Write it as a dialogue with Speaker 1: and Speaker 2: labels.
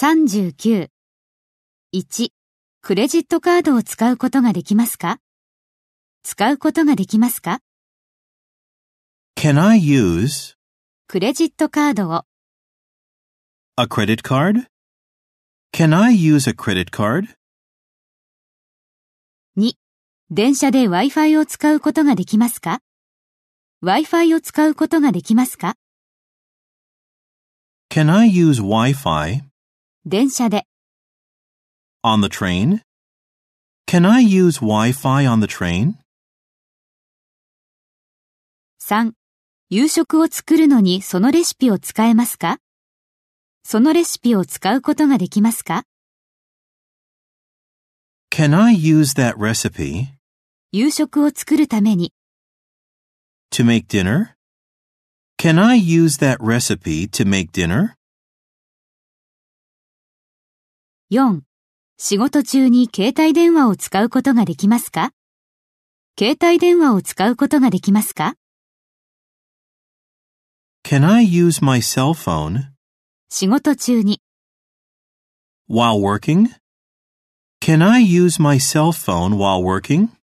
Speaker 1: 39.1. クレジットカードを使うことができますか使うことができますか
Speaker 2: Can I use
Speaker 1: クレジットカードを
Speaker 2: a credit card? Can I use a credit card?
Speaker 1: 電車で Wi-Fi を使うことができますか ?Wi-Fi を使うことができますか
Speaker 2: Can I use Wi-Fi
Speaker 1: 電車で
Speaker 2: on the train? Can I use Wi-Fi on the train?
Speaker 1: 3. 夕食を作るのにそのレシピを使えますかそのレシピを使うことができますか
Speaker 2: Can I use that recipe
Speaker 1: 夕食を作るために
Speaker 2: to make dinner? Can I use that recipe to make dinner?
Speaker 1: 4. 仕事中に携帯電話を使うことができますか携帯電話を使うことができますか
Speaker 2: Can I use my cell phone
Speaker 1: 仕事中に
Speaker 2: while working? Can I use my cell phone while working?